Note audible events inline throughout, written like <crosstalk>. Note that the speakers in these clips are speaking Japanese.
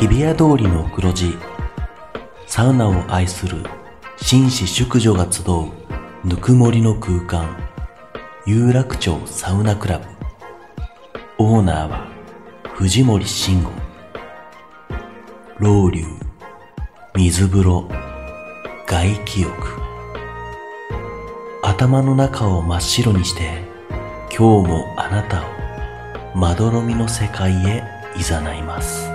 日比谷通りの黒字サウナを愛する紳士淑女が集うぬくもりの空間有楽町サウナクラブオーナーは藤森慎吾老流水風呂外気浴頭の中を真っ白にして今日もあなたをまどろみの世界へ誘います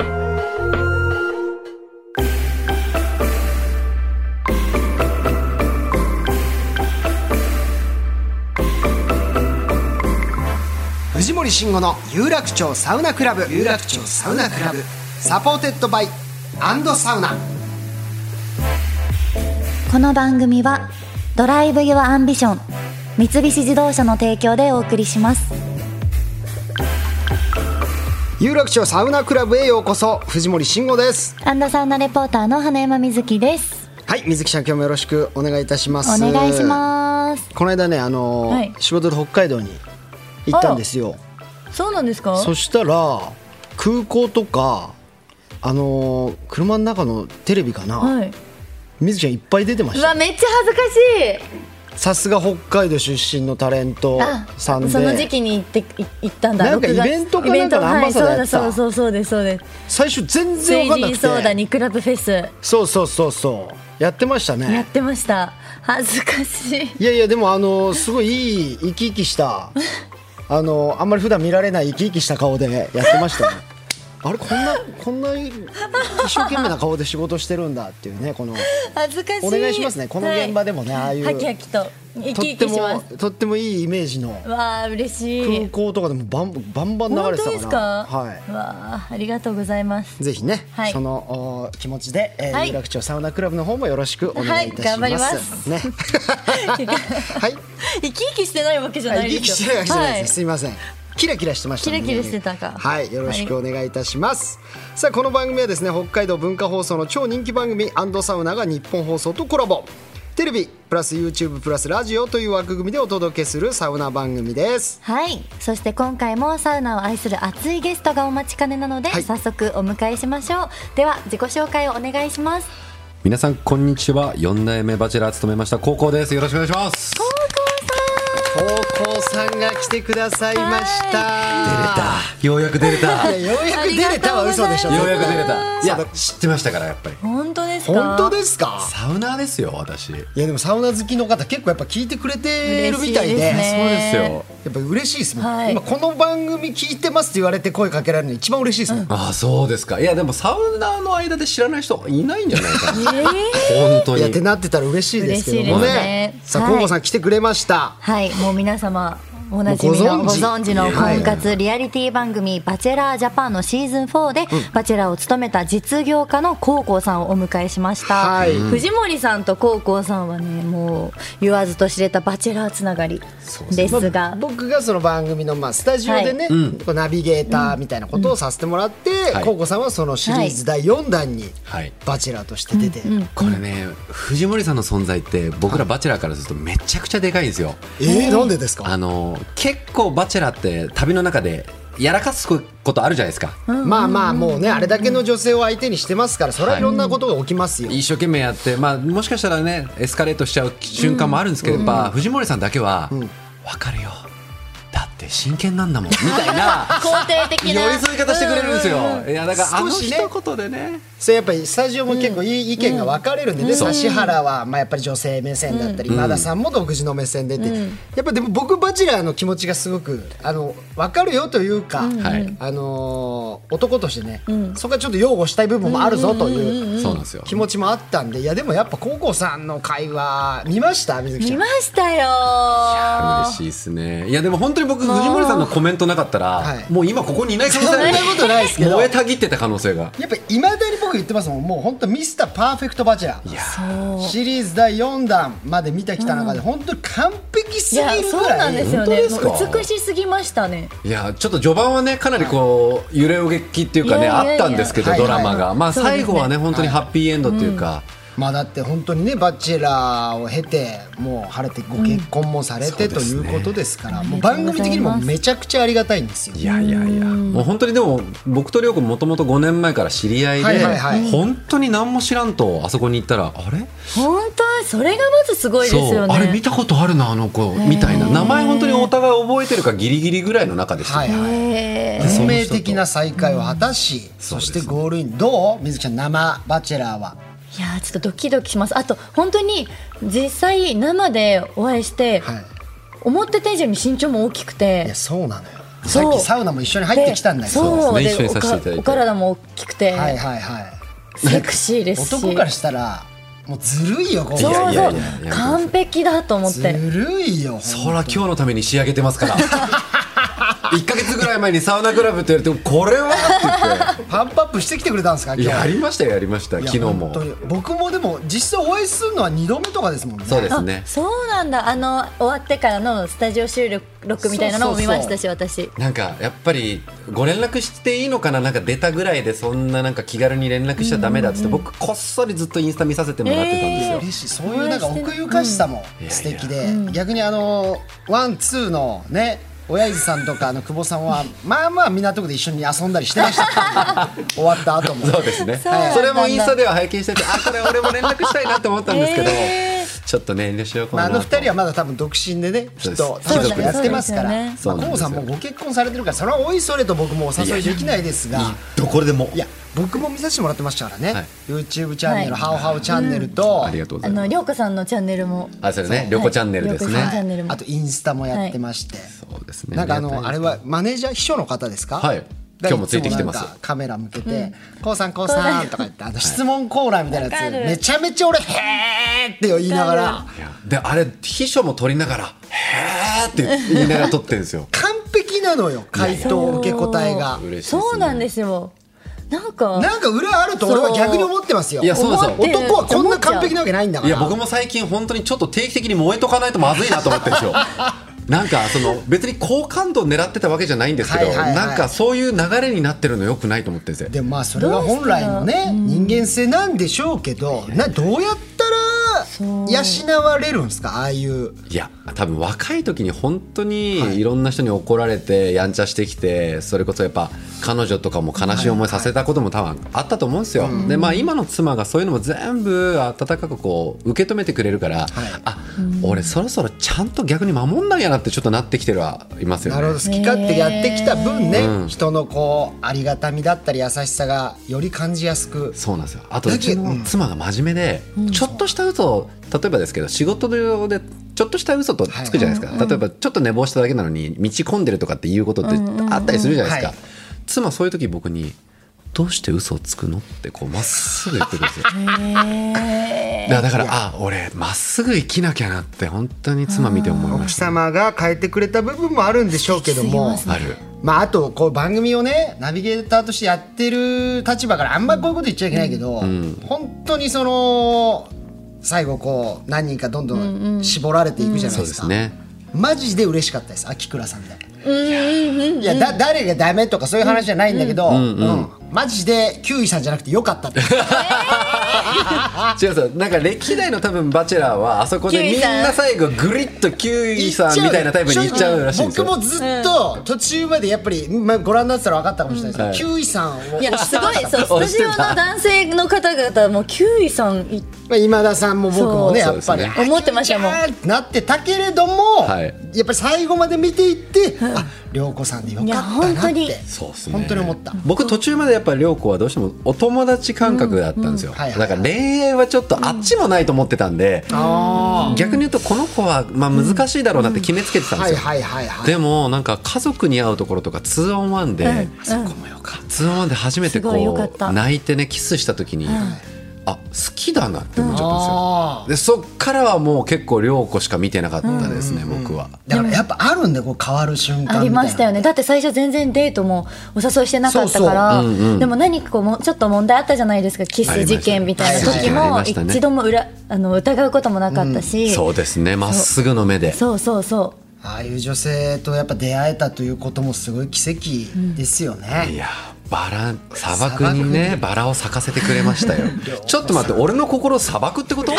藤森慎吾の有楽町サウナクラブ有楽町サウナクラブサポーテッドバイアンドサウナこの番組はドライブ・ユア・アンビション三菱自動車の提供でお送りします有楽町サウナクラブへようこそ藤森慎吾ですアンダサウナレポーターの花山瑞希ですはい水木ちゃん今日もよろしくお願いいたしまおす願いしますこの間ねあのーはい仕事で北海道に行ったんですよそうなんですかそしたら空港とかあのー車の中のテレビかな、はい水木ちゃんいっぱい出てましうたわよめっちゃ恥ずかしいさすが北海道出身のタレントあさんでその時期に行ってい行ったんだなんか6月イベントかなんかのイベントアンバサダーやってたはい、そうだそうだそうですそうです最初全然水分かんな神くソーダてにクラブフェスやそうそうそうそうやってましたっねてました恥ずかしいいやいやでもあのすごいいい生き生き <laughs> したあのあんまり普段見られない生き生きした顔でやってま <laughs> したねあれこんなこんな一生懸命な顔で仕事してるんだっていうねこの恥ずかしいお願いしますねこの現場でもねああいうはい、はきはきと生きとっ生てきしまもすとってもいいイメージのわあ嬉し空い港とかでもバンバンバン流本れて当でたすかからはわあありがとうございますいぜひね、はいそのお気持ちで、えーはい有楽町サウナクラブの方もよろしくお願いいたします。はい頑張りますね、 <laughs> <laughs> はい、生き生きしてないわけじゃあない生き生できすしよてないわけじゃないはでいす。すいません。キラキラしてましたね。キラキラしてたかはい、よろしくお願いいたします。さあこの番組はですね、北海道文化放送の超人気番組アンドサウナが日本放送とコラボ。テレビプラス YouTube プラスラジオという枠組みでお届けするサウナ番組です。はいそして今回もサウナを愛する熱いゲストがお待ちかねなので、はい早速お迎えしましょうでは自己紹介をお願いします皆さんこんにちは4代目バチェラー務めました高校ですよろしくお願いします高校さんが来てくださいました。ようやく出れた <laughs> よいやようやく出れたは嘘でしょ。うやく出れたいや知ってましたからやっぱり本当ですか本当ですか。サウナーですよ私そういやでもサウナ好きの方結構やっぱ聞いてくれてるみたいで嬉しいですねですよやっぱ嬉しいですもん、はい今この番組聞いてますって言われて声かけられるの一番嬉しいですもん、あそうですかいやでもサウナーの間で知らない人いないんじゃないかなえー本当いやにってなってたら嬉しいですけどもね嬉しいですねさあはい河野さん来てくれました、 <laughs> はい、もう皆様おなじみのもうごご存知存知のはい婚活リアリティ番組「バチェラージャパン」のシーズン4で、バチェラーを務めた実業家のコウコウさんをお迎えしました、はいうん藤森さんとコウコウさんはねもう言わずと知れたバチェラーつながりですまあが僕がその番組のまあスタジオでね、こうナビゲーターみたいなことをさせてもらってはい高子、さんはそのシリーズ第4弾にはい「バチェラー」として出て、これね藤森さんの存在って僕らバチェラーからするとめちゃくちゃでかいんですよえー、なんでですかあの結構バチェラーって旅の中でやらかすことあるじゃないですかまあまあもうねあれだけの女性を相手にしてますからそれはいろんなことが起きますよ、一生懸命やって、まあ、もしかしたらねエスカレートしちゃう瞬間もあるんですけど、やっぱ藤森さんだけは、わかるよだって真剣なんだもんみたい <laughs> な肯定的な寄り添い方してくれるんですよ、いやだからあの少し一ね言でねそれやっぱりスタジオも結構いい意見が分かれるんでね、そう指原はまあやっぱり女性目線だったり、今田さんも独自の目線でって、やっぱでも僕バチェラーの気持ちがすごくあの分かるよというか、はいあのー男としてね、そこはちょっと擁護したい部分もあるぞというそうなんですよ気持ちもあったんでいやでもやっぱ高校さんの会話見ました水木ちゃ見んま。したよ嬉しいですねいやでも本当に僕藤森さんのコメントなかったら、はいもう今ここにいない可能性そんなあることないですけど燃やえたぎってた可能性がっぱいまだに僕言ってますもんもう本当ミスターパーフェクトバチェラーいやシリーズ第4弾まで見てきた中で本当に完璧すいぎるやそぐうならんいですよ本ね当ですかもう美しすぎましたねいやちょっと序盤はねかなりこう揺れ動きっていうかいねやいやいあやったんですけどはいはドいラマがまあそうですね最後はね本当にハッピーエンドっていうかまあだって本当にねバチェラーを経てもう晴れてご結婚もされて、うんということですからもうあり番がとうございます組的にもめちゃくちゃありがたいんですよいやいやいやもう本当にでも僕と涼子もともと5年前から知り合いで、はいはいはい本当に何も知らんとあそこに行ったらあれ本当それがまずすごいですそうよねあれ見たことあるなあの子みたいな名前本当にお互い覚えてるかギリギリぐらいの中でした、はいねはいへー運命的な再会を果たし、そしてそうですねゴールインどう水木ちゃん生バチェラーはいやーちょっとドキドキしますあと本当に実際生でお会いして、はい思ってた以上に身長も大きくていやそうなのよそさうっきサウナも一緒に入ってきたんだけどそうそうでですねお一緒にさせていただいかてお体も大きくて、はいはいはいセクシーですし男からしたらもうずるいよこそうそういやいやいやいや完璧だと思っずてるいよそら今日のために仕上げてますから <laughs> 1か月ぐらい前にサウナクラブって言われてこれはってパンプアップしてきてくれたんですか言って今や日りましたよやりましたい昨や日本も当に僕もでも実際お会いするのは2度目とかですもんねそうですあねそうなんだあの終わってからのスタジオ収録みたいなのもそうそう見そうましたし私なんかやっぱりご連絡していいのかななんか出たぐらいでそんななんか気軽に連絡しちゃダメだっつって、僕こっそりずっとインスタ見させてもらってたんですよ、嬉しいそういうなんか奥ゆかしさもうん素敵で、逆にあのワンツーのね親父さんとかあの久保さんはまあまあ港区で一緒に遊んだりしてました <laughs> からね終わった後もそうですねなんだそれもインスタでは拝見しててあこれ俺も連絡したいなって思ったんですけど、えちょっとね遠慮しようかまあ、あなと、の二人はまだ多分独身でねきっとそうで楽すしくやってますからそうですよねまあそうなんコでウすさよんもご結婚されてるからそれはおいそれと僕もお誘いできないですがどこれでもいや僕も見させてもらってましたからね、はい YouTube チャンネル、はいハオハオチャンネルと、ありがとうござあいのます涼子さんのチャンネルもあそれね旅子チャンネルですね、はい涼子チャンネルもあとインスタもやってまして、そうですねなんかあのありれがたはいマネージャー秘書の方ですかはいが今日もついてきてますつもなんかカメラ向けて「こうさんこうさん」とか言ってあの質問コーナーみたいなやつわかるめちゃめちゃ俺「へーって言いながらですいやであれ秘書も取りながら「へーって言いながら撮ってるんですよ完璧なのよ回答受け答えが嬉しいですねそうなんですよなんかなんか裏あると俺は逆に思ってますよいやそうなん思ですよってる男はこんな完璧なわけないんだかいらや僕も最近本当にちょっと定期的に燃えとかないとまずいなと思ってるんで <laughs> すよなんかその別に好感度を狙ってたわけじゃないんですけど、はいはいはいなんかそういう流れになってるのよくないと思っててでもまあそれは本来のね人間性なんでしょうけどなどうやったら養われるんですかああいういや多分若い時に本当にいろんな人に怒られてやんちゃしてきてそれこそやっぱ彼女とかも悲しい思いさせたことも多分あったと思うんですよ、でまあ今の妻がそういうのも全部温かくこう受け止めてくれるから、あ俺そろそろちゃんと逆に守んなきゃなってちょっとなってきてるはいますよなるほどね好き勝手やってきた分ね、うん人のこうありがたみだったり優しさがより感じやすくそうなんですよあとだうけちどの妻が真面目で、ちょっとした嘘を例えばですけど仕事でちょっとした嘘とつくじゃないですか、例えばちょっと寝坊しただけなのに道込んでるとかっていうことってあったりするじゃないですか、はい妻そういう時僕に「どうして嘘をつくの?」ってこうまっすぐ言ってくるん <laughs> ですよ。だからだからあ俺まっすぐ生きなきゃなって本当に妻見て思いま奥した。様が変えてくれた部分もあるんでしょうけどもあるまあ、あとこう番組をねナビゲーターとしてやってる立場からあんまこういうこと言っちゃいけないけど、本当にその最後こう何人かどんどん絞られていくじゃないでそうですすか、ねマジで嬉しかったです秋倉さんで。いやだ誰がダメとかそういう話じゃないんだけど、うんマジでキュウイさんじゃなくてよかったって違うんですよなんか歴代の多分バチェラーはあそこでみんな最後ぐりっと <laughs> キュウイさんみたいなタイプにいっちゃうらしいんですよ僕もずっと途中までやっぱり、まあ、ご覧になってたら分かったかもしれないですけど、はいキュウイさんをいやすごいそう <laughs> スタジオの男性の方々もキュウイさんいまあ、今田さんも僕もねやそうっぱり、そうですね思ってましたよもうあーってなってたけれども、はいやっぱり最後まで見ていって、あ涼子さんでよかったいや本な当ってにそうっすね本当に思った僕途中までやっぱり涼子はどうしてもお友達感覚だったんですよ、うんはいはいだから恋愛はちょっとあっちもないと思ってたんで、あ逆に言うとこの子はまあ難しいだろうなって決めつけてたあんではすいよ、はいはいはいでもなんか家族に会うところとか 2on1 で、うんそこもよかった 2on1 で初めてこすごいよかっうた泣いてねキスした時に、あ好きだなって思っちゃったんですよ、あーでそっからはもう結構涼子しか見てなかったですね、僕は。だからやっぱあるんだよこう変わる瞬間みたいなありましたよねだって最初全然デートもお誘いしてなかったからでも何かこうもうちょっと問題あったじゃないですかキス事件みたいな時あもりましたね一度も裏あの疑うこともなかったし、そうですねまっすぐの目でそうそうそああいう女性とやっぱ出会えたということもすごい奇跡ですよね、いやバラ砂漠にねバラを咲かせてくれましたよちょっと待って俺の心砂漠ってこと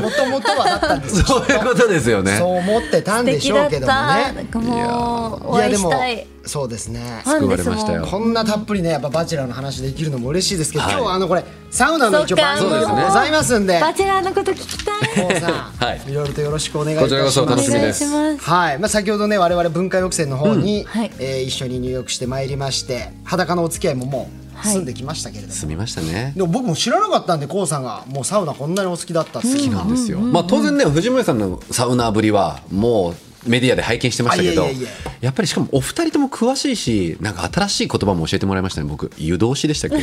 もともとはだったんですそういうことですよねそう思ってたんでしょうけどもなんねかもうお会いしたいそうですねファン救でわれすまもしたんよこんなたっぷりねやっぱバチェラーの話できるのも嬉しいですけど、はい今日はあのこれサウナの一応そっか番組でそうですねございますんでバチェラーのこと聞きたいこうさん、はいい、ろいろとよろしくお願いいたこしちらまこすそ楽しみお願でいしすますはいまあ、先ほどね我々文化抑制の方に、はいえー一緒に入浴してまいりまして裸のお付き合いももう済んできましたけれども、すみましたねでも僕も知らなかったんでこうさんがもうサウナこんなにお好きだったって好きなんですよ、まあ、当然ね藤森さんのサウナーぶりはもうメディアで拝見してましたけどあやいえいえいえっぱりしかもお二人とも詳しいしなんか新しい言葉も教えてもらいましたね僕湯通しでしたっけ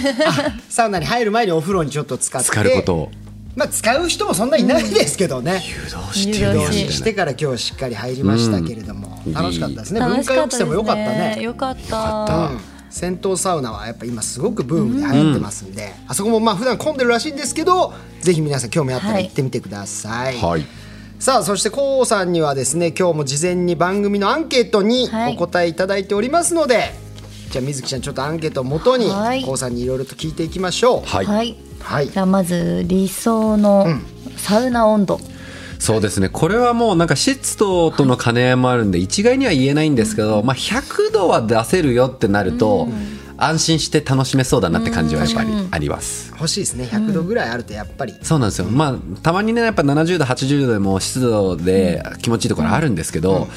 サウナに入る前にお風呂にちょっと使って浸かることをまあ使う人もそんないないですけどね、湯通しってい湯う通の同はし士みたいしなてから今日しっかり入りましたけれども、うん楽しかったですね楽文し化かっ浴制たですねも良かったねよかったたうん銭湯サウナはやっぱ今すごくブームで流行ってますんで、あそこもまあ普段混んでるらしいんですけどぜひ皆さん興味あったらはい行ってみてください、はいさあそしてこうさんにはですね今日も事前に番組のアンケートにはいお答えいただいておりますので、じゃあ水木ちゃんちょっとアンケートをもとにはいこうさんにいろいろと聞いていきましょうはい、はいはいじゃあまず理想のサウナ温度、そうですねこれはもうなんか湿度との兼ね合いもあるんで一概には言えないんですけど、まあ、100度は出せるよってなると、安心して楽しめそうだなって感じはやっぱりあります。欲しいですね100度ぐらいあるとやっぱり、そうなんですよ、まあ、たまにねやっぱ70度80度でも湿度で気持ちいいところあるんですけど、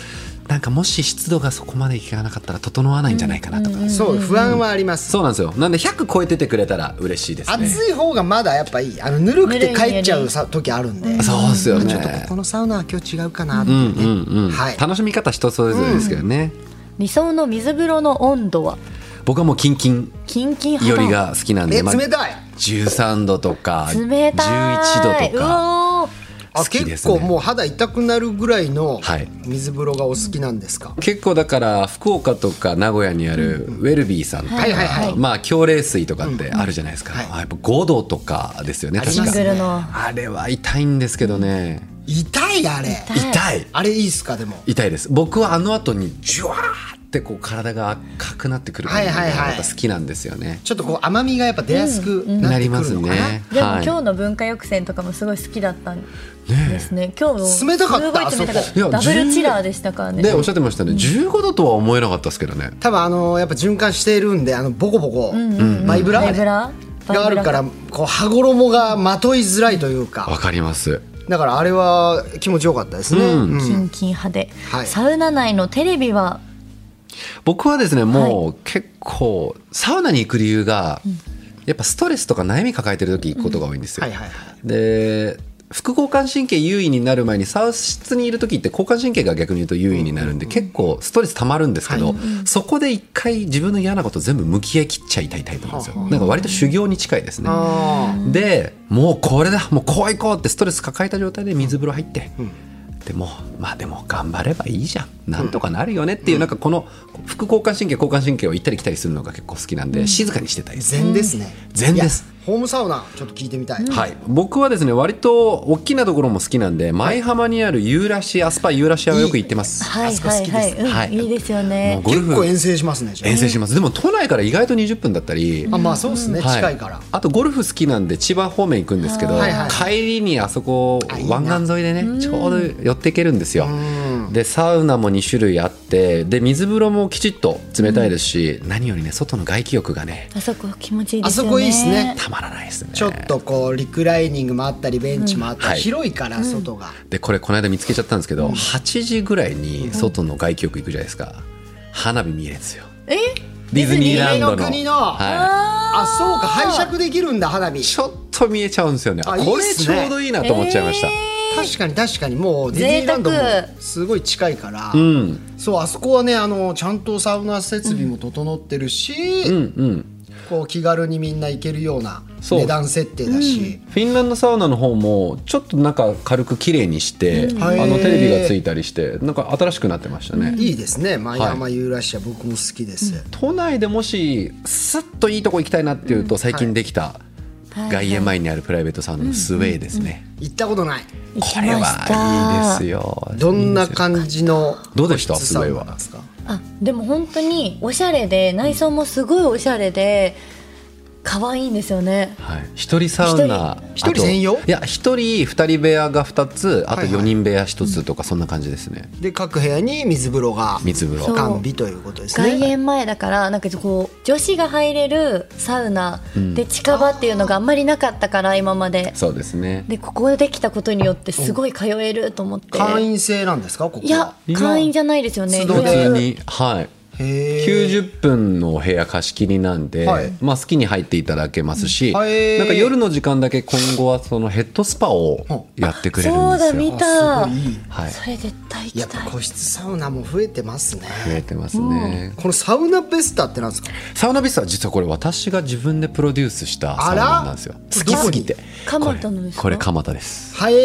なんかもし湿度がそこまでいかなかったら整わないんじゃないかなとか、そう不安はあります、そうなんですよなんで100超えててくれたら嬉しいですね暑い方がまだやっぱいいあのぬるくて帰っちゃうさ時あるんで、そうですよねちょっとここのサウナは今日違うかなってうんいうね、うんうんはい楽しみ方人それぞれですけどね、理想の水風呂の温度は僕はもうキンキンキンキンよ派りが好きなんえで、まあ冷たい13度とか冷たい11度とかうおーあ好きで結すね構もう肌痛くなるぐらいのはい水風呂がお好きなんですか、結構だから福岡とか名古屋にあるウェルビーさんとか、はいはいはいまあ強冷水とかってあるじゃないですか、うんうんはいあやっぱ5度とかですよね確ありまかすシングルのあれは痛いんですけどね痛いあれはい痛いあれいいっすかでも痛いです僕はあの後にジュワーってこう体が赤くなってくる感じがはいはいはいまた好きなんですよね、ちょっとこう甘みがやっぱ出やすくななってりくまるすのかな、ねでもはい今日の文化抑制とかもすごい好きだったんですね。今日もすご冷いたかった冷たかあっそこいやた。ダブルチラーでしたからね。でおっしゃってましたね15度とは思えなかったですけどね多分あのーやっぱ循環しているんであのボコボコ、バイブラバイブラがあるからこう歯衣がまといづらいというわかかりますだからあれは気持ちよかったですね、うんうんキンキン派で、はいサウナ内のテレビは僕はですねもう結構サウナに行く理由が、やっぱストレスとか悩み抱えてる時行くことが多いんですよ、はいはいはいで副交感神経優位になる前にサウ室にいる時って交感神経が逆に言うと優位になるんで、結構ストレス溜まるんですけど、そこで一回自分の嫌なこと全部向き合い切っちゃいたいタイプなんですよ、なんか割と修行に近いですね、あでもうこれだもうこう行こうってストレス抱えた状態で水風呂入って、でもまあでも頑張ればいいじゃんなんとかなるよねっていう、なんかこの副交感神経交感神経を行ったり来たりするのが結構好きなんで、静かにしてたいでーす、禅ですね、禅ですいやホームサウナちょっと聞いてみたい、はい、僕はですね割と大きなところも好きなんで舞浜にあるユーラシアスパユーラシアはよく行ってますはいそこは好いきはでい、すうんはいい、いですよもねう。ゴル結構フ遠征しますねじゃ遠征しますでも都内から意外と20分だったり、ああまあそうですね、はい近いからあとゴルフ好きなんで千葉方面行くんですけど、はいはい帰りにあそこあいいな湾岸沿いでねちょうど寄っていけるんですよでサウナも2種類あってで水風呂もきちっと冷たいですし、何よりね外の外気浴がねあそこ気持ちいいですよね。あそこいいっすねたまらないですねちょっとこうリクライニングもあったりベンチもあったり、はい広いから外が、でこれこの間見つけちゃったんですけど、8時ぐらいに外の外気浴行くじゃないですか花火見えるんですよえディズニーランドのディズニーの国のはあそうか拝借できるんだ花火い、ちょっと見えちゃうんですよねああいいっこれすちねょうどいいなと思っちゃいました、確かに確かにもうディズニーランドもすごい近いから、うんそうあそこはねあのちゃんとサウナ設備も整ってるし、うんうんこう気軽にみんな行けるようなそう値段設定だし、フィンランドサウナの方もちょっとなんか軽く綺麗にして、あへのーテレビがついたりしてなんか新しくなってましたね、いいですねマイアマユーラシア、僕も好きです、都内でもしスッといいとこ行きたいなっていうと最近できた外苑前にあるプライベートサウナのスウェイですね、行ったことない行きこれましたはいいですよどんな感じのどうでした個室サウナすごいわなんですかあでも本当におしゃれで内装もすごいおしゃれで可愛いんですよねはい、一人サウナ一人一あと人専用いや一人二人部屋が二つあはといはい四人部屋一つとかそんな感じですね、で各部屋に水風呂が水風そ呂う完備ということです外ね苑前だからなんかこう女子が入れるサウナで近場っていうのがあんまりなかったから今までそうですねでここできたことによってすごい通えると思って会員制なんですかここはいや会員じゃないですよね素普通で通にはいへー90分のお部屋貸し切りなんで、はいまあ、好きに入っていただけますうし、んへーなんか夜の時間だけ今後はそのヘッドスパをやってくれるんそうですだよ。見あたすごいいいはい、それ絶対行やきったぱい個室サウナも増えてますね増えてますね、このサウナベスタってなんですかサウナビスは実はこれ私が自分でプロデュースしたサウナなんですよあら好きすぎて蒲こ田のれですかこれ蒲田ですはいえー、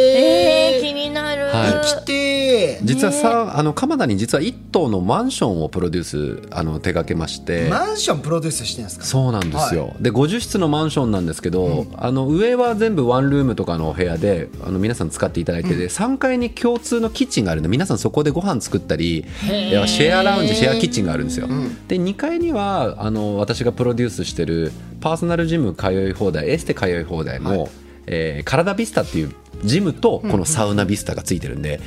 え気になる、はいー、来てー実はさ、あの蒲田に実は一棟のマンションをプロデュースあの手掛けましてマンションプロデュースしてるんですかそうなんですよ、で50室のマンションなんですけど、あの上は全部ワンルームとかのお部屋であの皆さん使っていただいてて、3階に共通のキッチンがあるんで皆さんそこでご飯作ったりいやシェアラウンジシェアキッチンがあるんですよ、で2階にはあの私がプロデュースしてるパーソナルジム通い放題エステ通い放題の、えー体ビスタっていうジムとこのサウナビスタがついてるんで、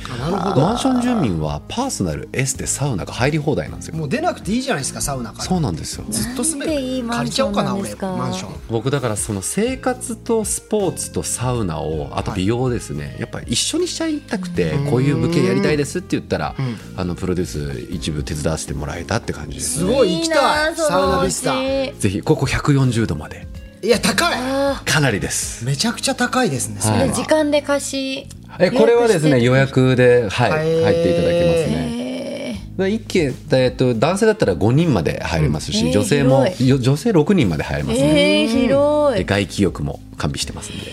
マンション住民はパーソナルエステサウナが入り放題なんですよもう出なくていいじゃないですかサウナからそうなんですよずっと住めなんていいるマ借ンりシちゃョおンうかななんで俺すかマンション僕だからその生活とスポーツとサウナをあと美容ですね、やっぱ一緒にしちゃいたくてこういう部系やりたいですって言ったら、あのプロデュース一部手伝わせてもらえたって感じですすごい行きたいなそサウのナうビちスタぜひここ140度までいや高いかなりですめちゃくちゃ高いですねそれはいは時間で貸しえこれはですね予予約で、はい、へー入っていただけますねで一軒、えっと、男性だったら5人まで入れますし、うん女性も、えーよ女性6人まで入れますね、えー、広でい外気浴も完備してますんで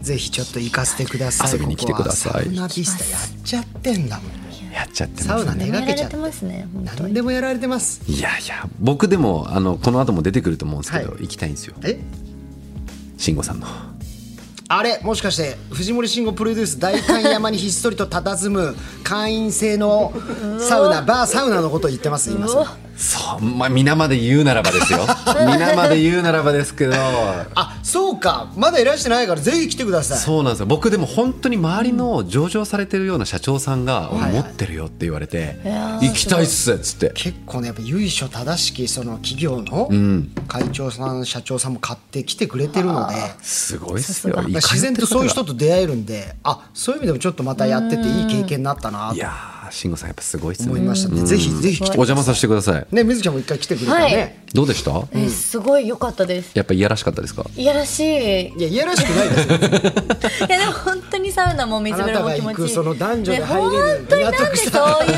ぜひちょっと行かせてください遊びに来てくださこいこはサウナビスタやっちゃってんだもんやっちゃってまサすねウナ手やがらけちれゃっててますね本当何にでもやられてますいやいや僕でもあのこの後も出てくると思うんですけど、は行きたいんですよえ慎吾さんのあれもしかして藤森慎吾プロデュース代官山にひっそりと佇む会員制のサウナバーサウナのことを言ってます今それそうまあ皆まで言うならばですよ皆まで言うならばですけどあそうかまだいらしてないからぜひ来てくださいそうなんですよ僕でも本当に周りの上場されてるような社長さんが「はい俺持ってるよ」って言われて「行きたいっす」っつって結構ねやっぱ由緒正しきその企業の会長さん、社長さんも買ってきてくれてるので、すごいっすよさすが行か自れて然るとそういう人方がと出会えるんであそういう意味でもちょっとまたやってていい経験になったないとやー慎吾さんやっぱすごいっすね思いましたねぜひぜひ来おて邪魔させてくださいね水木ちゃんも一回来てくれたらね、、はいいどうでしたえーすごい良かったですやっぱいやらしかったですかいやらしいやいやらしくないですよいやでも本当にサウナも水風呂も気持あなたが行ちいくい。その男女でね入れる本当になんでそういうキャラに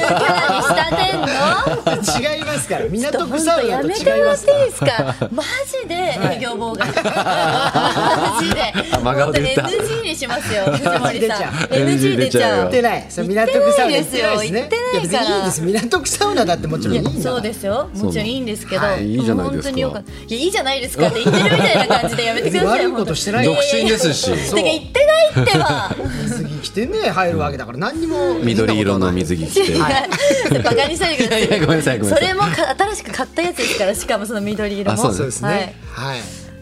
仕立てんの？違いますからちょ港っと区本サ当ウナやとめ違ていもらまっすかていいらですか？マジで営業妨 <laughs> 害。マジで。あ真顔で言った本当に NG にしますよ。藤森さん。 NG NG 出出ちちゃゃう行ようって。ないそれ港区サウナ行ってないですね行ってないですよ行ってないからや別にいいです港区サウナだってもちろんいいんだからそうですよ。もちろんいいんですけど、そうはいいいじゃない本ですか当によかった。いやいいじゃないですかって言ってるみたいな感じでやめてください。悪いことしてない独身ですし本当にてか言ってないってば。水着着てね入るわけだから何にも緑色の水着着て違うバカにしないでください。いやいやごめんなさいごめんなそさいれもか新しく買ったやつですからしかもその緑色あもそうそうですはねい、はい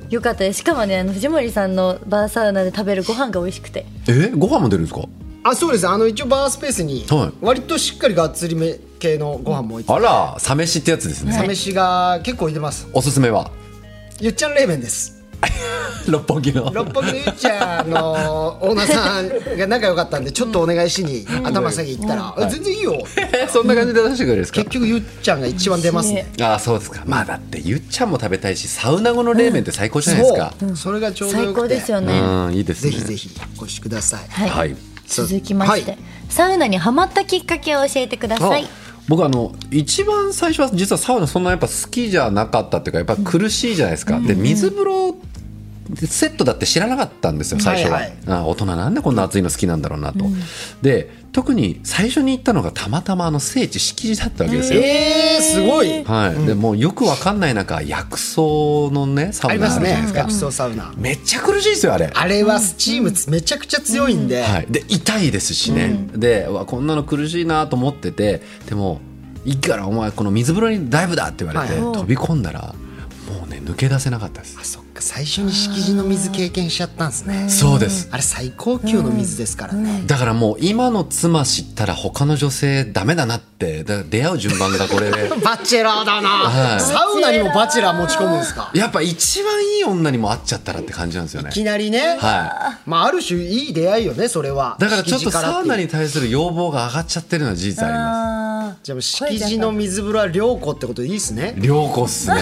よかったですしかもねあの藤森さんのバーサウナで食べるご飯が美味しくてえご飯も出るんですかあそうですあの一応バースペースにはい割としっかりがっつりめ系のご飯も置いてあらサ飯ってやつですね、サ飯が結構置いてますおすすめはゆっちゃん冷麺です六本木の六本木のゆっちゃんのオーナーさんが仲良かったんでちょっとお願いしに頭下げ行ったら「え全然いいよ」そんな感じで出してくれるんですか結局ゆっちゃんが一番出ますねああそうですかまあだってゆっちゃんも食べたいしサウナ後の冷麺って最高じゃないですか、そうそれがちょうど最よ高くてですよね、うんいいですぜねひぜひお越しくださいはい、はいそう続きまして、はいサウナにハマったきっかけを教えてくださいあ僕あの一番最初は実はサウナそんなやっぱ好きじゃなかったっていうかやっぱ苦しいじゃないですか、で水風呂セットだって知らなかったんですよ最初は、はいはいあ大人なんでこんな暑いの好きなんだろうなと、で特に最初に行ったのがたまたまあの聖地敷地だったわけですよ。えー、すごいはい、でもうよくわかんない中薬草のねサあウりまナあするじゃないねですか薬草サウナめっちゃ苦しいですよあれあれはスチームめちゃくちゃ強いんで、はい、で痛いですしね、でうわこんなの苦しいなと思っててでも「いいからお前この水風呂にダイブだ!」って言われて、は飛び込んだらもうね抜け出せなかったですあそっか最初に敷地の水経験しちゃったんですねそうですあれ最高級の水ですからね、だからもう今の妻知ったら他の女性ダメだなってだから出会う順番がこれ <laughs> でバチェラーだな、はいサウナにもバチェラー持ち込むんですかやっぱ一番いい女にも会っちゃったらって感じなんですよねいきなりね、はまあ、ある種いい出会いよねそれはだからちょっ敷と地らサてウいうナに対する要望が上がっちゃってるのは事実ありまあじゃあもう敷地の水風呂は良子ってことでいいですねす良子っすね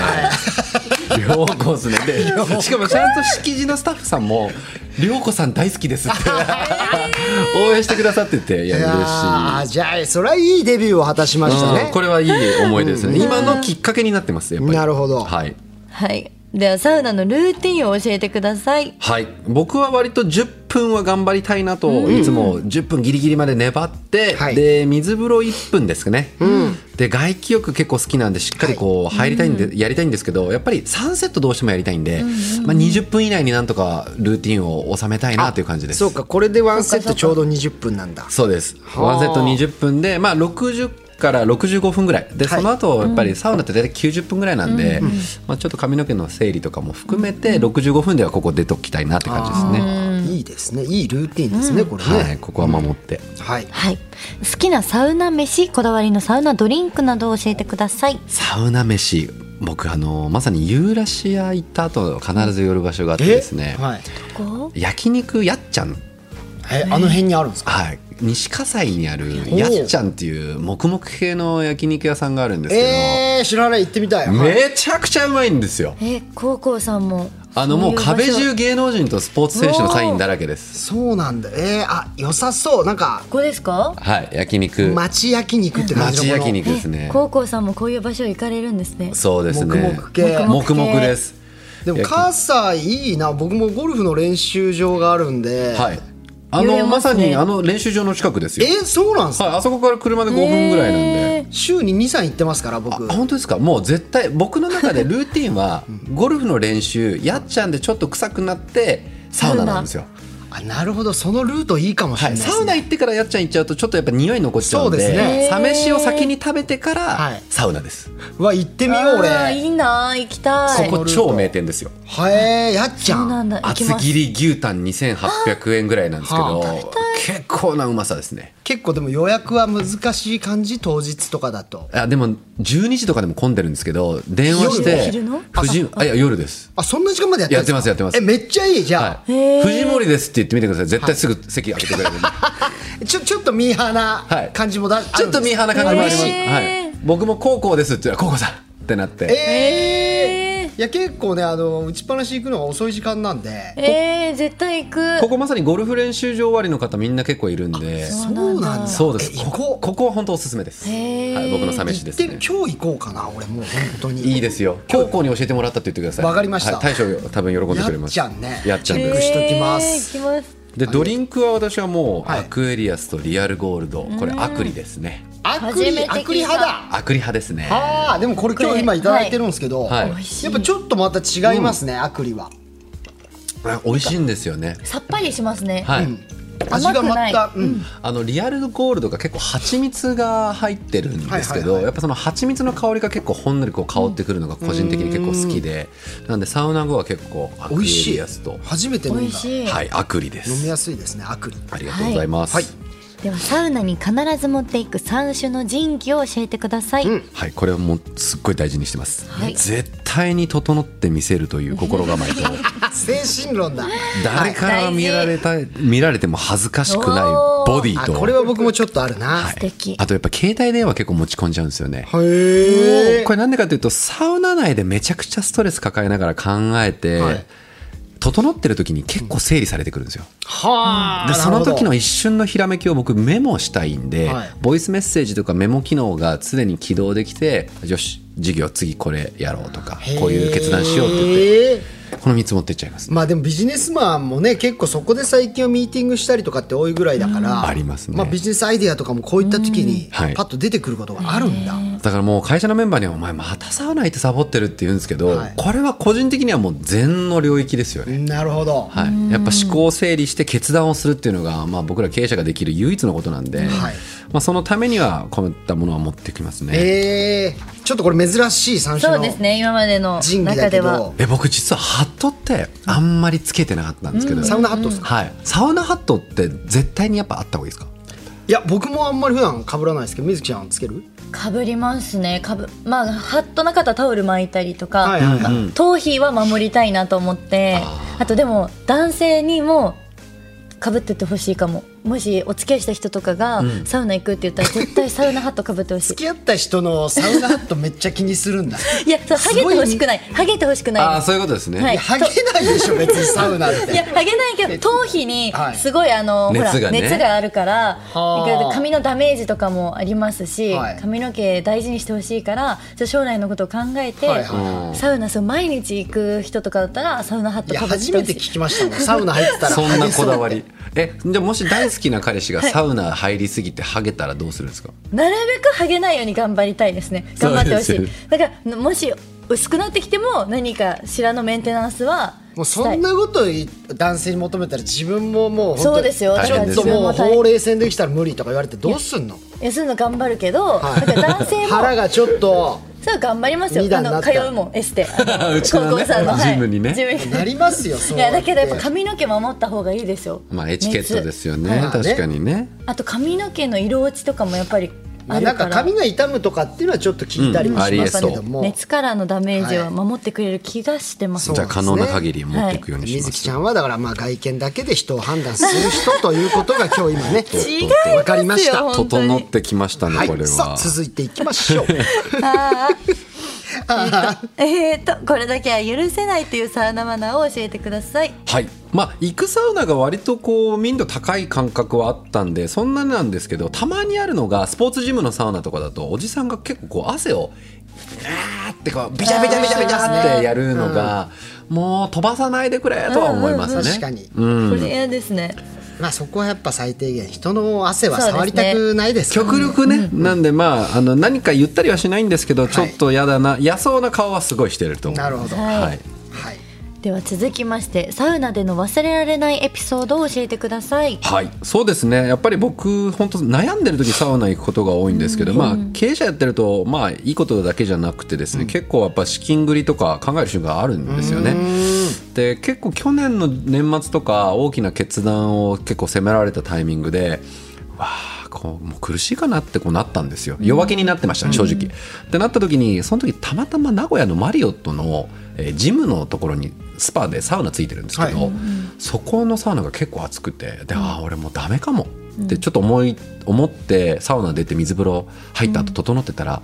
良子っすねでしかもちゃんと敷地のスタッフさんも「良子さん大好きです」って応援してくださってていやい嬉しやいーじゃあそれはいいデビューを果たしましたうんねこれはいい思い出ですね、今のきっかけになってますやっぱりなるほどはいはい。では、サウナのルーティンを教えてください。はい、僕は割と10分は頑張りたいなと、いつも10分ギリギリまで粘って、はいで水風呂1分ですかね、で外気浴結構好きなんでしっかりこう入りたいんで、やりたいんですけどやっぱり3セットどうしてもやりたいんで、まあ、20分以内になんとかルーティンを収めたいなという感じです。そうかこれでワンセットちょうど20分なんだそうです。あワンセット20分で、まあ60から65分ぐらい。で、はいその後、やっぱりサウナって大体90分ぐらいなんで、まあちょっと髪の毛の整理とかも含めて、65分ではここ出ときたいなって感じですね。いいですねいいルーティンですね、これねはい、ここは守って。はいはい。好きなサウナ飯、こだわりのサウナドリンクなどを教えてください。サウナ飯、僕あのまさにユーラシア行った後必ず寄る場所があってですねえ。はい、こ焼肉やっちゃん、えあの辺にあるんですかはい、西葛西にあるおやっちゃんっていう黙々系の焼肉屋さんがあるんですけど。えー、知らない行ってみたい、はいめちゃくちゃうまいんですよ。え、高校さんも。あのもう壁中芸能人とスポーツ選手のサインだらけです。そうなんだえー、あ良さそうなんかこですかはい、焼肉。町焼肉って感町じのこ焼の肉ですね。高校さんもこういう場所行かれるんですね。そうですね。黙々系黙々です。でも葛西いいな僕もゴルフの練習場があるんで、はい。あ揺れのまますさねにあの練習場の近くですえよ。ー、そうなんですか、はい、あそこから車で5分ぐらいなんで。週に23行ってますからあ僕本当ですかもう絶対僕の中でルーティンはゴルフの練習やっちゃんでちょっと臭くなってサウナなんですよ、あなるほどそのルートいいかもしれはないい、です、ねサウナ行ってからやっちゃん行っちゃうとちょっとやっぱ匂い残っちゃうんでそうですねサ飯を先に食べてかはらいサウナです、うわ行ってみよう俺あーいいな行きたいそこ超名店ですよはえやっちゃそんうなんだ。行き厚ます。切り牛タン2800円ぐらいなんですけどは結構なうまさですね結構でも予約は難しい感じ当日とかだとあでも12時とかでも混んでるんですけど電話して夜の富士あいや夜ですあそんな時間までやってるんですかやってますやってまえすめっちゃいいじゃあ、はい藤森ですって言ってみてください絶対すぐ席開けてくれるんで <laughs> ちょちょっとミーハーはない感じもだ、ちょっとミーハーな感じもあります、えはい、僕も高校ですって言ったら高校さんってなって、えーいや結構ねあの打ちっぱなし行くのが遅い時間なんで、えー、絶対行くここまさにゴルフ練習場終わりの方みんな結構いるんでそうなんだそうですえこ行ここここは本当おすすめです、はい、僕のサう飯行でっすてね今日行こうかな俺もう本当にいいですよ。高校に教えてもらったって言ってください。わかりましたはい大将多分喜んでくれます。やっちゃんねやっちゃんチェッでクす。しときまえす、ー行きますでドリンクは私はもうはいアクエリアスとリアルゴールド、これアクリですね。アクリ初めて聞いたアクリ派だアクリ派ですね。あーでもこれ今日今いただいてるんですけど、はいはいやっぱちょっとまた違いますね、アクリは美味しいんですよね。さっぱりしますねはい。味がまた、うん、あのリアルゴールドが結構蜂蜜が入ってるんですけはいはど、いはいやっぱその蜂蜜の香りが結構ほんのりこう香ってくるのが個人的に結構好きで、なんでサウナ後は結構ア美クエ味しいリアスと初めて飲んだ美味しいはいアクリです。飲みやすいですねアクリありがとうございます。はいでは、サウナに必ず持っていく3種の人気を教えてください。はい、これはもうすっごい大事にしてます、はい絶対に整ってみせるという心構え <laughs> とあ精神論だ誰から見られたい見られても恥ずかしくないボディあとこれは僕もちょっとあるな、はい素敵あとやっぱ携帯電話結構持ち込んじゃうんですよねへえこれなんでかというとサウナ内でめちゃくちゃストレス抱えながら考えて、はい整ってる時に結構整理されてくるんですよ、はあ、でその時なるほどの一瞬のひらめきを僕メモしたいんで、はいボイスメッセージとかメモ機能が常に起動できてよし授業次これやろうとかこういう決断しようって言ってへえこの3つ持ってっちゃいます、まあでもビジネスマンもね結構そこで最近はミーティングしたりとかって多いぐらいだから、ありますねあ、ビジネスアイディアとかもこういった時にはいパッと出てくることがあるんだ、だからもう会社のメンバーには「お前またサウナ行ってサボってる」って言うんですけど、はいこれは個人的にはもう禅の領域ですよね。なるほど、はい、やっぱ思考を整理して決断をするっていうのが、まあ、僕ら経営者ができる唯一のことなんで、はいまあ、そのためにはこういったものは持ってきますね。えー、ちょっとこれ珍しい三種そのうですね今までの神器だ中けではどえ僕実はハットってあんまりつけてなかったんですけど、サウナハットですか、はい、サウナハットって絶対にやっぱあった方がいいですかいや僕もあんまり普段被らないですけど水木ちゃんつけるかぶりますねかぶまあハットな方はタオル巻いたりとか、はいはいはい頭皮は守りたいなと思ってあとでも男性にもかぶっててほしいかももしお付き合いした人とかが、サウナ行くって言ったら絶対サウナハットかぶってほし <laughs> 付き合った人のサウナハットめっちゃ気にするん <laughs> だいいやそうハゲてほしくないハゲてほしくあないあそういうことですね、はいいやハゲないでしょ別にサウナっていやハゲないけど頭皮にはいすごいあの、ほら熱がね熱があるからはあなんか髪のダメージとかもありますし、はい髪の毛大事にしてほしいからちょっと将来のことを考えて、はいはサウナそう毎日行く人とかだったらサウナハッいトやかぶってほし初いめて聞きました <laughs> もんサウナ入ってたら <laughs> そんなこだわ <laughs> ハゲそうっりてえじゃあもし大好きな彼氏がサウナ入りすぎてハゲたらどうするんですかなるべくハゲないように頑張りたいですねそう頑張ってほしでいだからもし薄くなってきても何かしらのメンテナンスはもうそんなことい男性に求めたら自分ももう本当そうですよだ大ちかょ変らっですと自よ分もうもほう大れい線できたら無理とか言われてどうすんの休むの頑張るけど、はいだから男性も腹がちょっとそう頑張りますよ二段あになのった通らうもんエステあうちのね高校さんの、はいジムにねジムなりますよそう <laughs> いややってだけどやっぱ髪の毛守った方がいいですよまあエチケットですよね、熱はい確かにねあと髪の毛の色落ちとかもやっぱりまああるなんかから髪が痛むとかっていうのはちょっと聞いたりもしましたけども、熱からのダメージは守ってくれる気がしてます、そうじゃあ可能な限り持っていくようにし水ま木す、ちゃんはだからまあ外見だけで人を判断する人ということが今日今ね違い分かりましたますよ本当に整ってきましたね、はこれい、さはあ続いていきましょう <laughs> えー、とこれだけは許せないというサウナマナーを教えてくださいはいまあ行くサウナが割とこう民度高い感覚はあったんでそんななんですけどたまにあるのがスポーツジムのサウナとかだとおじさんが結構こう汗をあーってこうビチャビチャビチャビチャってやるのが、もう飛ばさないでくれとは思いますね、確かに、これ嫌ですねまあそこはやっぱ最低限人の汗は触りたくないですから極力ね、なんでまああの何か言ったりはしないんですけど、ちょっとやだな嫌そうな顔はすごいしてると思うなるほどはい、はいでは続きましてサウナでの忘れられないエピソードを教えてくださいはい、そうですねやっぱり僕本当悩んでる時サウナ行くことが多いんですけど、まあ、経営者やってると、まあ、いいことだけじゃなくてですね、結構やっぱ資金繰りとか考える瞬間あるんですよね。で結構去年の年末とか大きな決断を結構責められたタイミングで。わあこうもう苦しいかなってこうなったんですよ弱気になってましたね正直。ってなった時にその時たまたま名古屋のマリオットの、えージムのところにスパでサウナついてるんですけど、はいそこのサウナが結構暑くてでああ俺もうダメかもってちょっと思い思ってサウナ出て水風呂入った後整ってたら、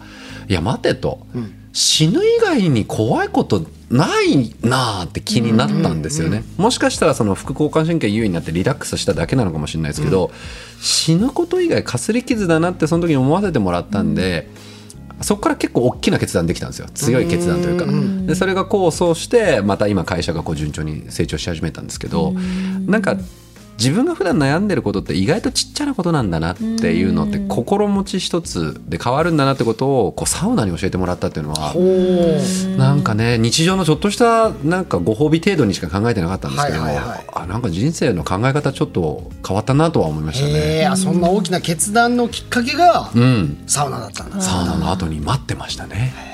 いや待てと、死ぬ以外に怖いことないなあって気になったんですよね、もしかしたらその副交感神経優位になってリラックスしただけなのかもしれないですけど、死ぬこと以外かすり傷だなってその時に思わせてもらったんで。そこから結構大きな決断できたんですよ強い決断というかでそれが功を奏してまた今会社がこう順調に成長し始めたんですけどなんか自分が普段悩んでることって意外とちっちゃなことなんだなっていうのって心持ち一つで変わるんだなってことをこうサウナに教えてもらったっていうのはおーなんかね日常のちょっとしたなんかご褒美程度にしか考えてなかったんですけどはいはいはいあなんか人生の考え方ちょっと変わったなとは思いましたね。えー、あそんな大きな決断のきっかけがうんサウナだったんだ、サウナの後に待ってましたね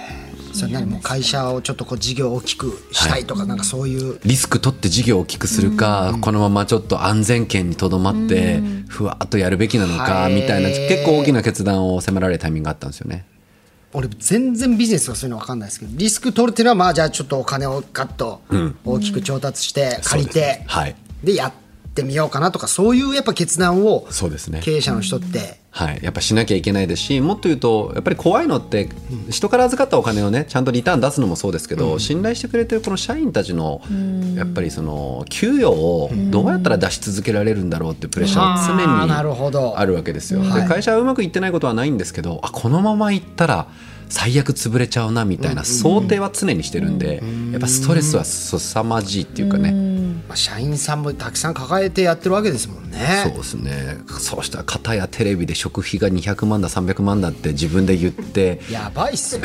それなりもう会社をちょっとこう事業を大きくしたいとか、なんかそういうリスク取って事業を大きくするか、このままちょっと安全圏にとどまって、ふわっとやるべきなのか、はいみたいな、結構大きな決断を迫られるタイミングがあったんですよね。俺全然ビジネスがそういうの分かんないですけどリスク取るっていうのはまあじゃあちょっとお金をガッと大きく調達して借りそうですて、ねはいでやってみようかなとかそういうやっぱ決断をそうですね経営者の人ってはい、やっぱしなきゃいけないですしもっと言うとやっぱり怖いのって人から預かったお金をねちゃんとリターン出すのもそうですけど、信頼してくれてるこの社員たちのやっぱりその給与をどうやったら出し続けられるんだろうっていうプレッシャーうんあーなはる常ほどにあるわけですよ。ではい会社はうまくいってないことはないんですけどあこのままいったら最悪潰れちゃうなみたいな想定は常にしてるんで、やっぱストレスは凄まじいっていうかね、まあ、社員さんもたくさん抱えてやってるわけですもんそうねですねそうしたら片やテレビで食費が200万だ300万だって自分で言ってやばいっすよ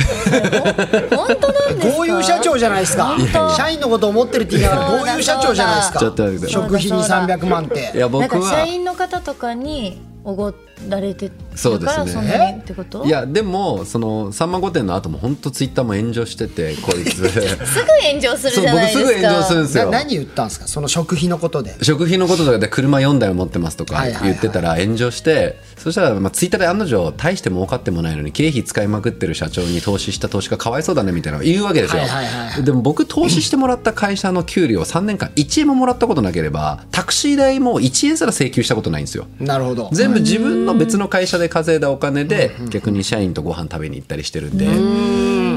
本当なん <laughs> ですか豪遊社長じゃないですか社員のこと思ってるって言いながらそうだ豪遊社長じゃないですかちょっと待ってください食費に300万っいてやなん僕か社は員の方とかにおごられてたからそうですねんなにってこといやでもその「さんま御殿」の後も本当ツイッターも炎上しててこいつすぐ炎上するそうじゃ僕ないですすかぐ炎上するんですなよ何言ったんですかその食費のことで食費のこととかで車4台持ってますとかはいはいはい言ってたら炎上してそしたらまあツイッターで案の定大して儲かってもないのに経費使いまくってる社長に投資した投資家かわいそうだねみたいなのを言うわけですよはいはいはいはでも僕投資してもらった会社の給料3年間1円ももらったことなければタクシー代も1円すら請求したことないんですよなるほど全部自分の別の会社で稼いだお金で逆に社員とご飯食べに行ったりしてるん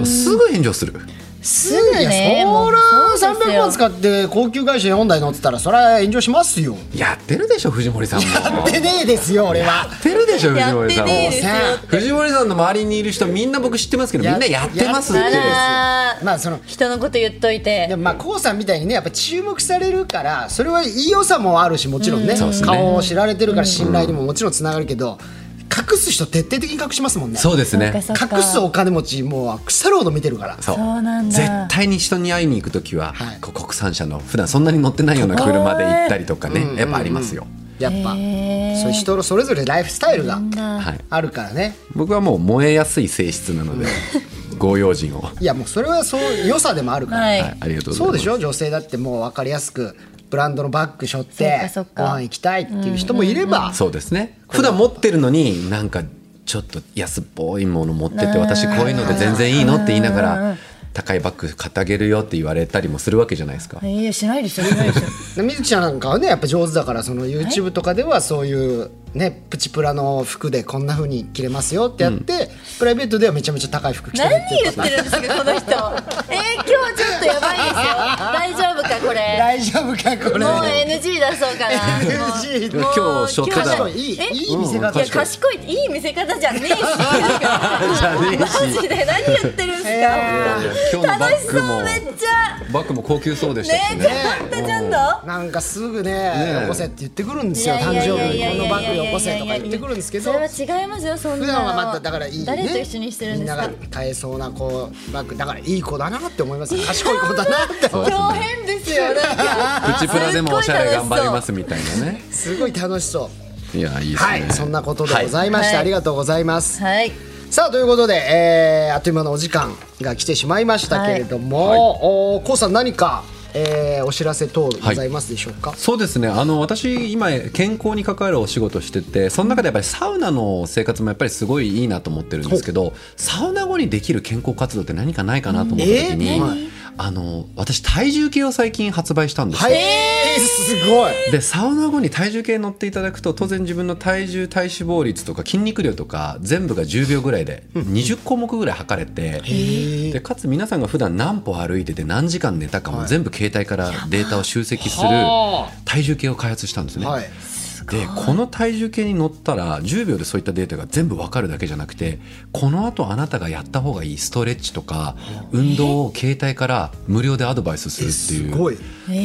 ですぐ炎上するすぐねいやもそうらそうです300よ万使って高級会社4台乗ってたらそりゃ炎上しますよやってるでしょ藤森さん <laughs> もやでねえですよ俺はってるでしょ藤森さんもやってねえですよ藤森さんの周りにいる人みんな僕知ってますけどみんなやってますってあらーまあその人のこと言っといでてもまあ k o さんみたいにねやっぱ注目されるからそれはいい良さもあるしもちろんね,、そうですね顔を知られてるから信頼にももちろんつながるけど、隠す人徹底的に隠しますもんねそうですねそうか隠すお金持ちもう腐るほど見てるからそうそうなんだ絶対に人に会いに行く時は、はいこう国産車の普段そんなに乗ってないような車で行ったりとかね、やっぱありますよ、やっぱへーそういう人それぞれライフスタイルがはい、あるからね僕はもう燃えやすい性質なのでご用心を、はいやもうそれはそう良さでもあるから、はいい、ありがとうございますそうでしょ女性だってもう分かりやすくブランドのバッグ背負っそってかそっかご飯行きたいっていう人もいれば、そうですね普段持ってるのになんかちょっと安っぽいもの持ってて私こういうので全然いいのって言いながら高いバッグ買ってあげるよって言われたりもするわけじゃないですか、いやしないですよしないですでよみずきちゃんなんかはねやっぱ上手だからその YouTube とかではそういうねプチプラの服でこんな風に着れますよってやって、プライベートではめちゃめちゃ高い服着てる何っていう言ってるん <laughs> ですかこの人えー、今日ちょっとやばいですよ大丈夫かこれ大丈夫かこれもう NG 出そうかな NG 今日ショット確だかわにいいえいい見せい方や賢いっていい見せ方じゃねえしマジで何言ってるんすか、今日のバ楽しッそグうもめっちゃバッグも高級そうでしたねしえねちゃんとちゃんとなんかすぐねえよこせって言ってくるんですよいや誕いやい生や日いやにいこやのバッグよこせとか言ってくるんですけどそれは違いますよそんなの普段はまただからいい、ね、誰と一緒にしてるんですかみんなが買えそうなこうバッグだからいい子だなって思いますよ賢い子だな <laughs> って思います狂変ですよなんかプチプラでもおしゃれ頑張りますみたいなねすごい楽しそういやいいですね、はい、そんなことでございました、はいありがとうございます、はいさあということで、えーあっという間のお時間が来てしまいましたけれども、おーこうさん何か、えーお知らせ等ございますでしょうか、そうですねあの私今健康に関わるお仕事しててその中でやっぱりサウナの生活もやっぱりすごいいいなと思ってるんですけどサウナ後にできる健康活動って何かないかなと思った時に、えーはいあの私体重計を最近発売したんですよ、はい、えーすごいでサウナ後に体重計に乗っていただくと当然自分の体重体脂肪率とか筋肉量とか全部が10秒ぐらいで20項目ぐらい測れて、でかつ皆さんが普段何歩歩いてて何時間寝たかも全部携帯からデータを集積するは体重計を開発したんですね。はいでこの体重計に乗ったら10秒でそういったデータが全部わかるだけじゃなくてこのあとあなたがやった方がいいストレッチとか運動を携帯から無料でアドバイスするっていすごいう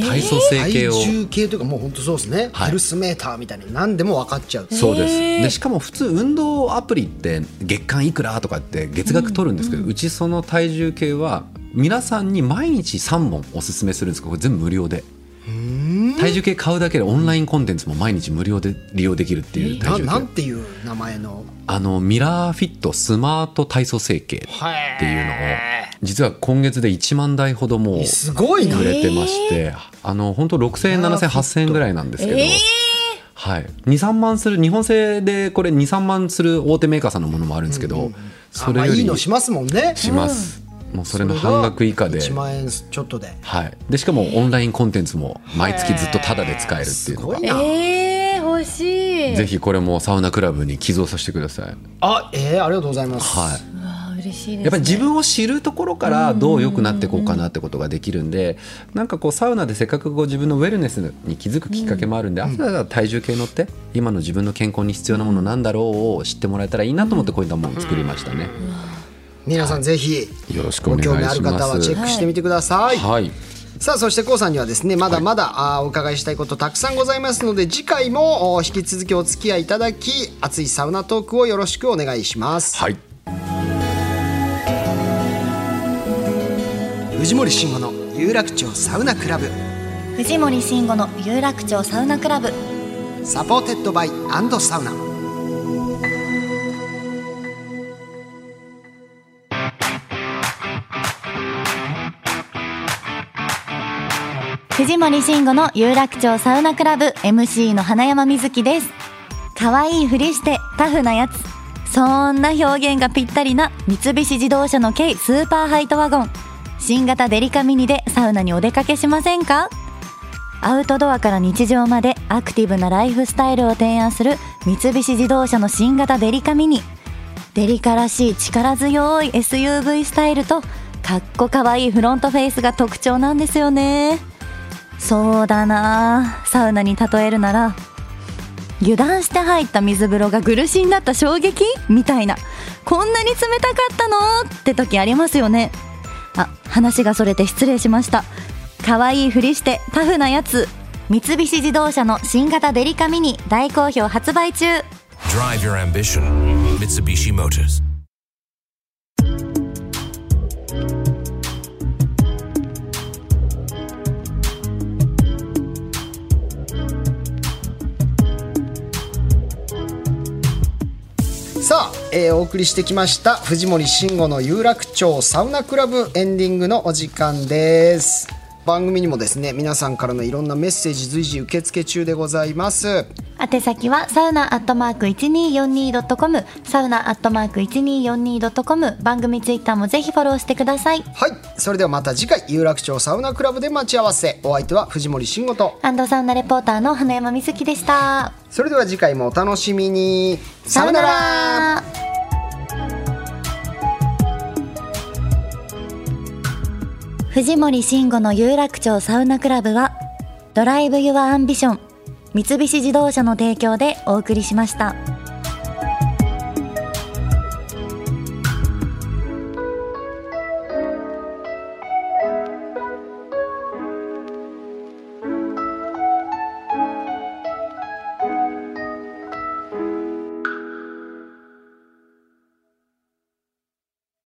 体操整体形を。重計というかもう本当そうですね、はいヘルスメーターみたいに何でも分かっちゃうそうですでしかも普通運動アプリって月間いくらとかって月額取るんですけど、うちその体重計は皆さんに毎日3本おすすめするんですけどこれ全部無料で体重計買うだけでオンラインコンテンツも毎日無料で利用できるっていうな体なん重計ていう名前のあのミラーフィットスマート体操整形っていうのを実は今月で1万台ほどもうすごいな売れてまして、あの本当6000円7000円8000円ぐらいなんですけど、はい、23万する日本製でこれ23万する大手メーカーさんのものもあるんですけど、あそまれあよいいりのしますもんねします、もうそれの半額以下で1万円ちょっとではい、でしかもオンラインコンテンツも毎月ずっとタダで使えるってすいうのごがい。なえー、欲しいぜひこれもサウナクラブに寄贈させてください。あえー、ありがとうございます、はい。うわ嬉しいですやっぱり自分を知るところからどう良くなっていこうかなってことができるんでなんかこうサウナでせっかくこう自分のウェルネスに気づくきっかけもあるんで朝から体重計乗って今の自分の健康に必要なものなんだろうを知ってもらえたらいいなと思ってこういったものを作りましたね。皆さんぜひよろしくごお願いし興味ますある方はチェックしてみてください、はいさあそしてこうさんにはですねまだまだ、あーお伺いしたいことたくさんございますので次回もお引き続きお付き合いいただき熱いサウナトークをよろしくお願いします、はい藤森慎吾の有楽町サウナクラブ藤森慎吾の有楽町サウナクラブサポーテッドバイサウナ藤森慎吾の有楽町サウナクラブ MC の花山瑞希です可愛いふりしてタフなやつそんな表現がぴったりな三菱自動車の軽スーパーハイトワゴン新型デリカミニでサウナにお出かけしませんかアウトドアから日常までアクティブなライフスタイルを提案する三菱自動車の新型デリカミニデリカらしい力強い SUV スタイルとかっこかわいいフロントフェイスが特徴なんですよねそうだなあサウナに例えるなら油断して入った水風呂が苦しになった衝撃みたいなこんなに冷たかったのって時ありますよねあ話がそれて失礼しました可愛いふりしてタフなやつ三菱自動車の新型デリカミニ大好評発売中 Drive your ambition. Mitsubishi Motors. さあ、えーお送りしてきました藤森慎吾の有楽町サウナクラブエンディングのお時間です番組にもですね皆さんからのいろんなメッセージ随時受付中でございます宛先はサウナアットマーク 1242.com サウナアットマーク 1242.com 番組ツイッターもぜひフォローしてくださいはいそれではまた次回有楽町サウナクラブで待ち合わせお相手は藤森慎吾とアンドサウナレポーターの花山瑞希でしたそれでは次回もお楽しみにさよなら藤森慎吾の有楽町サウナクラブはドライブ・ユア・アンビション三菱自動車の提供でお送りしました。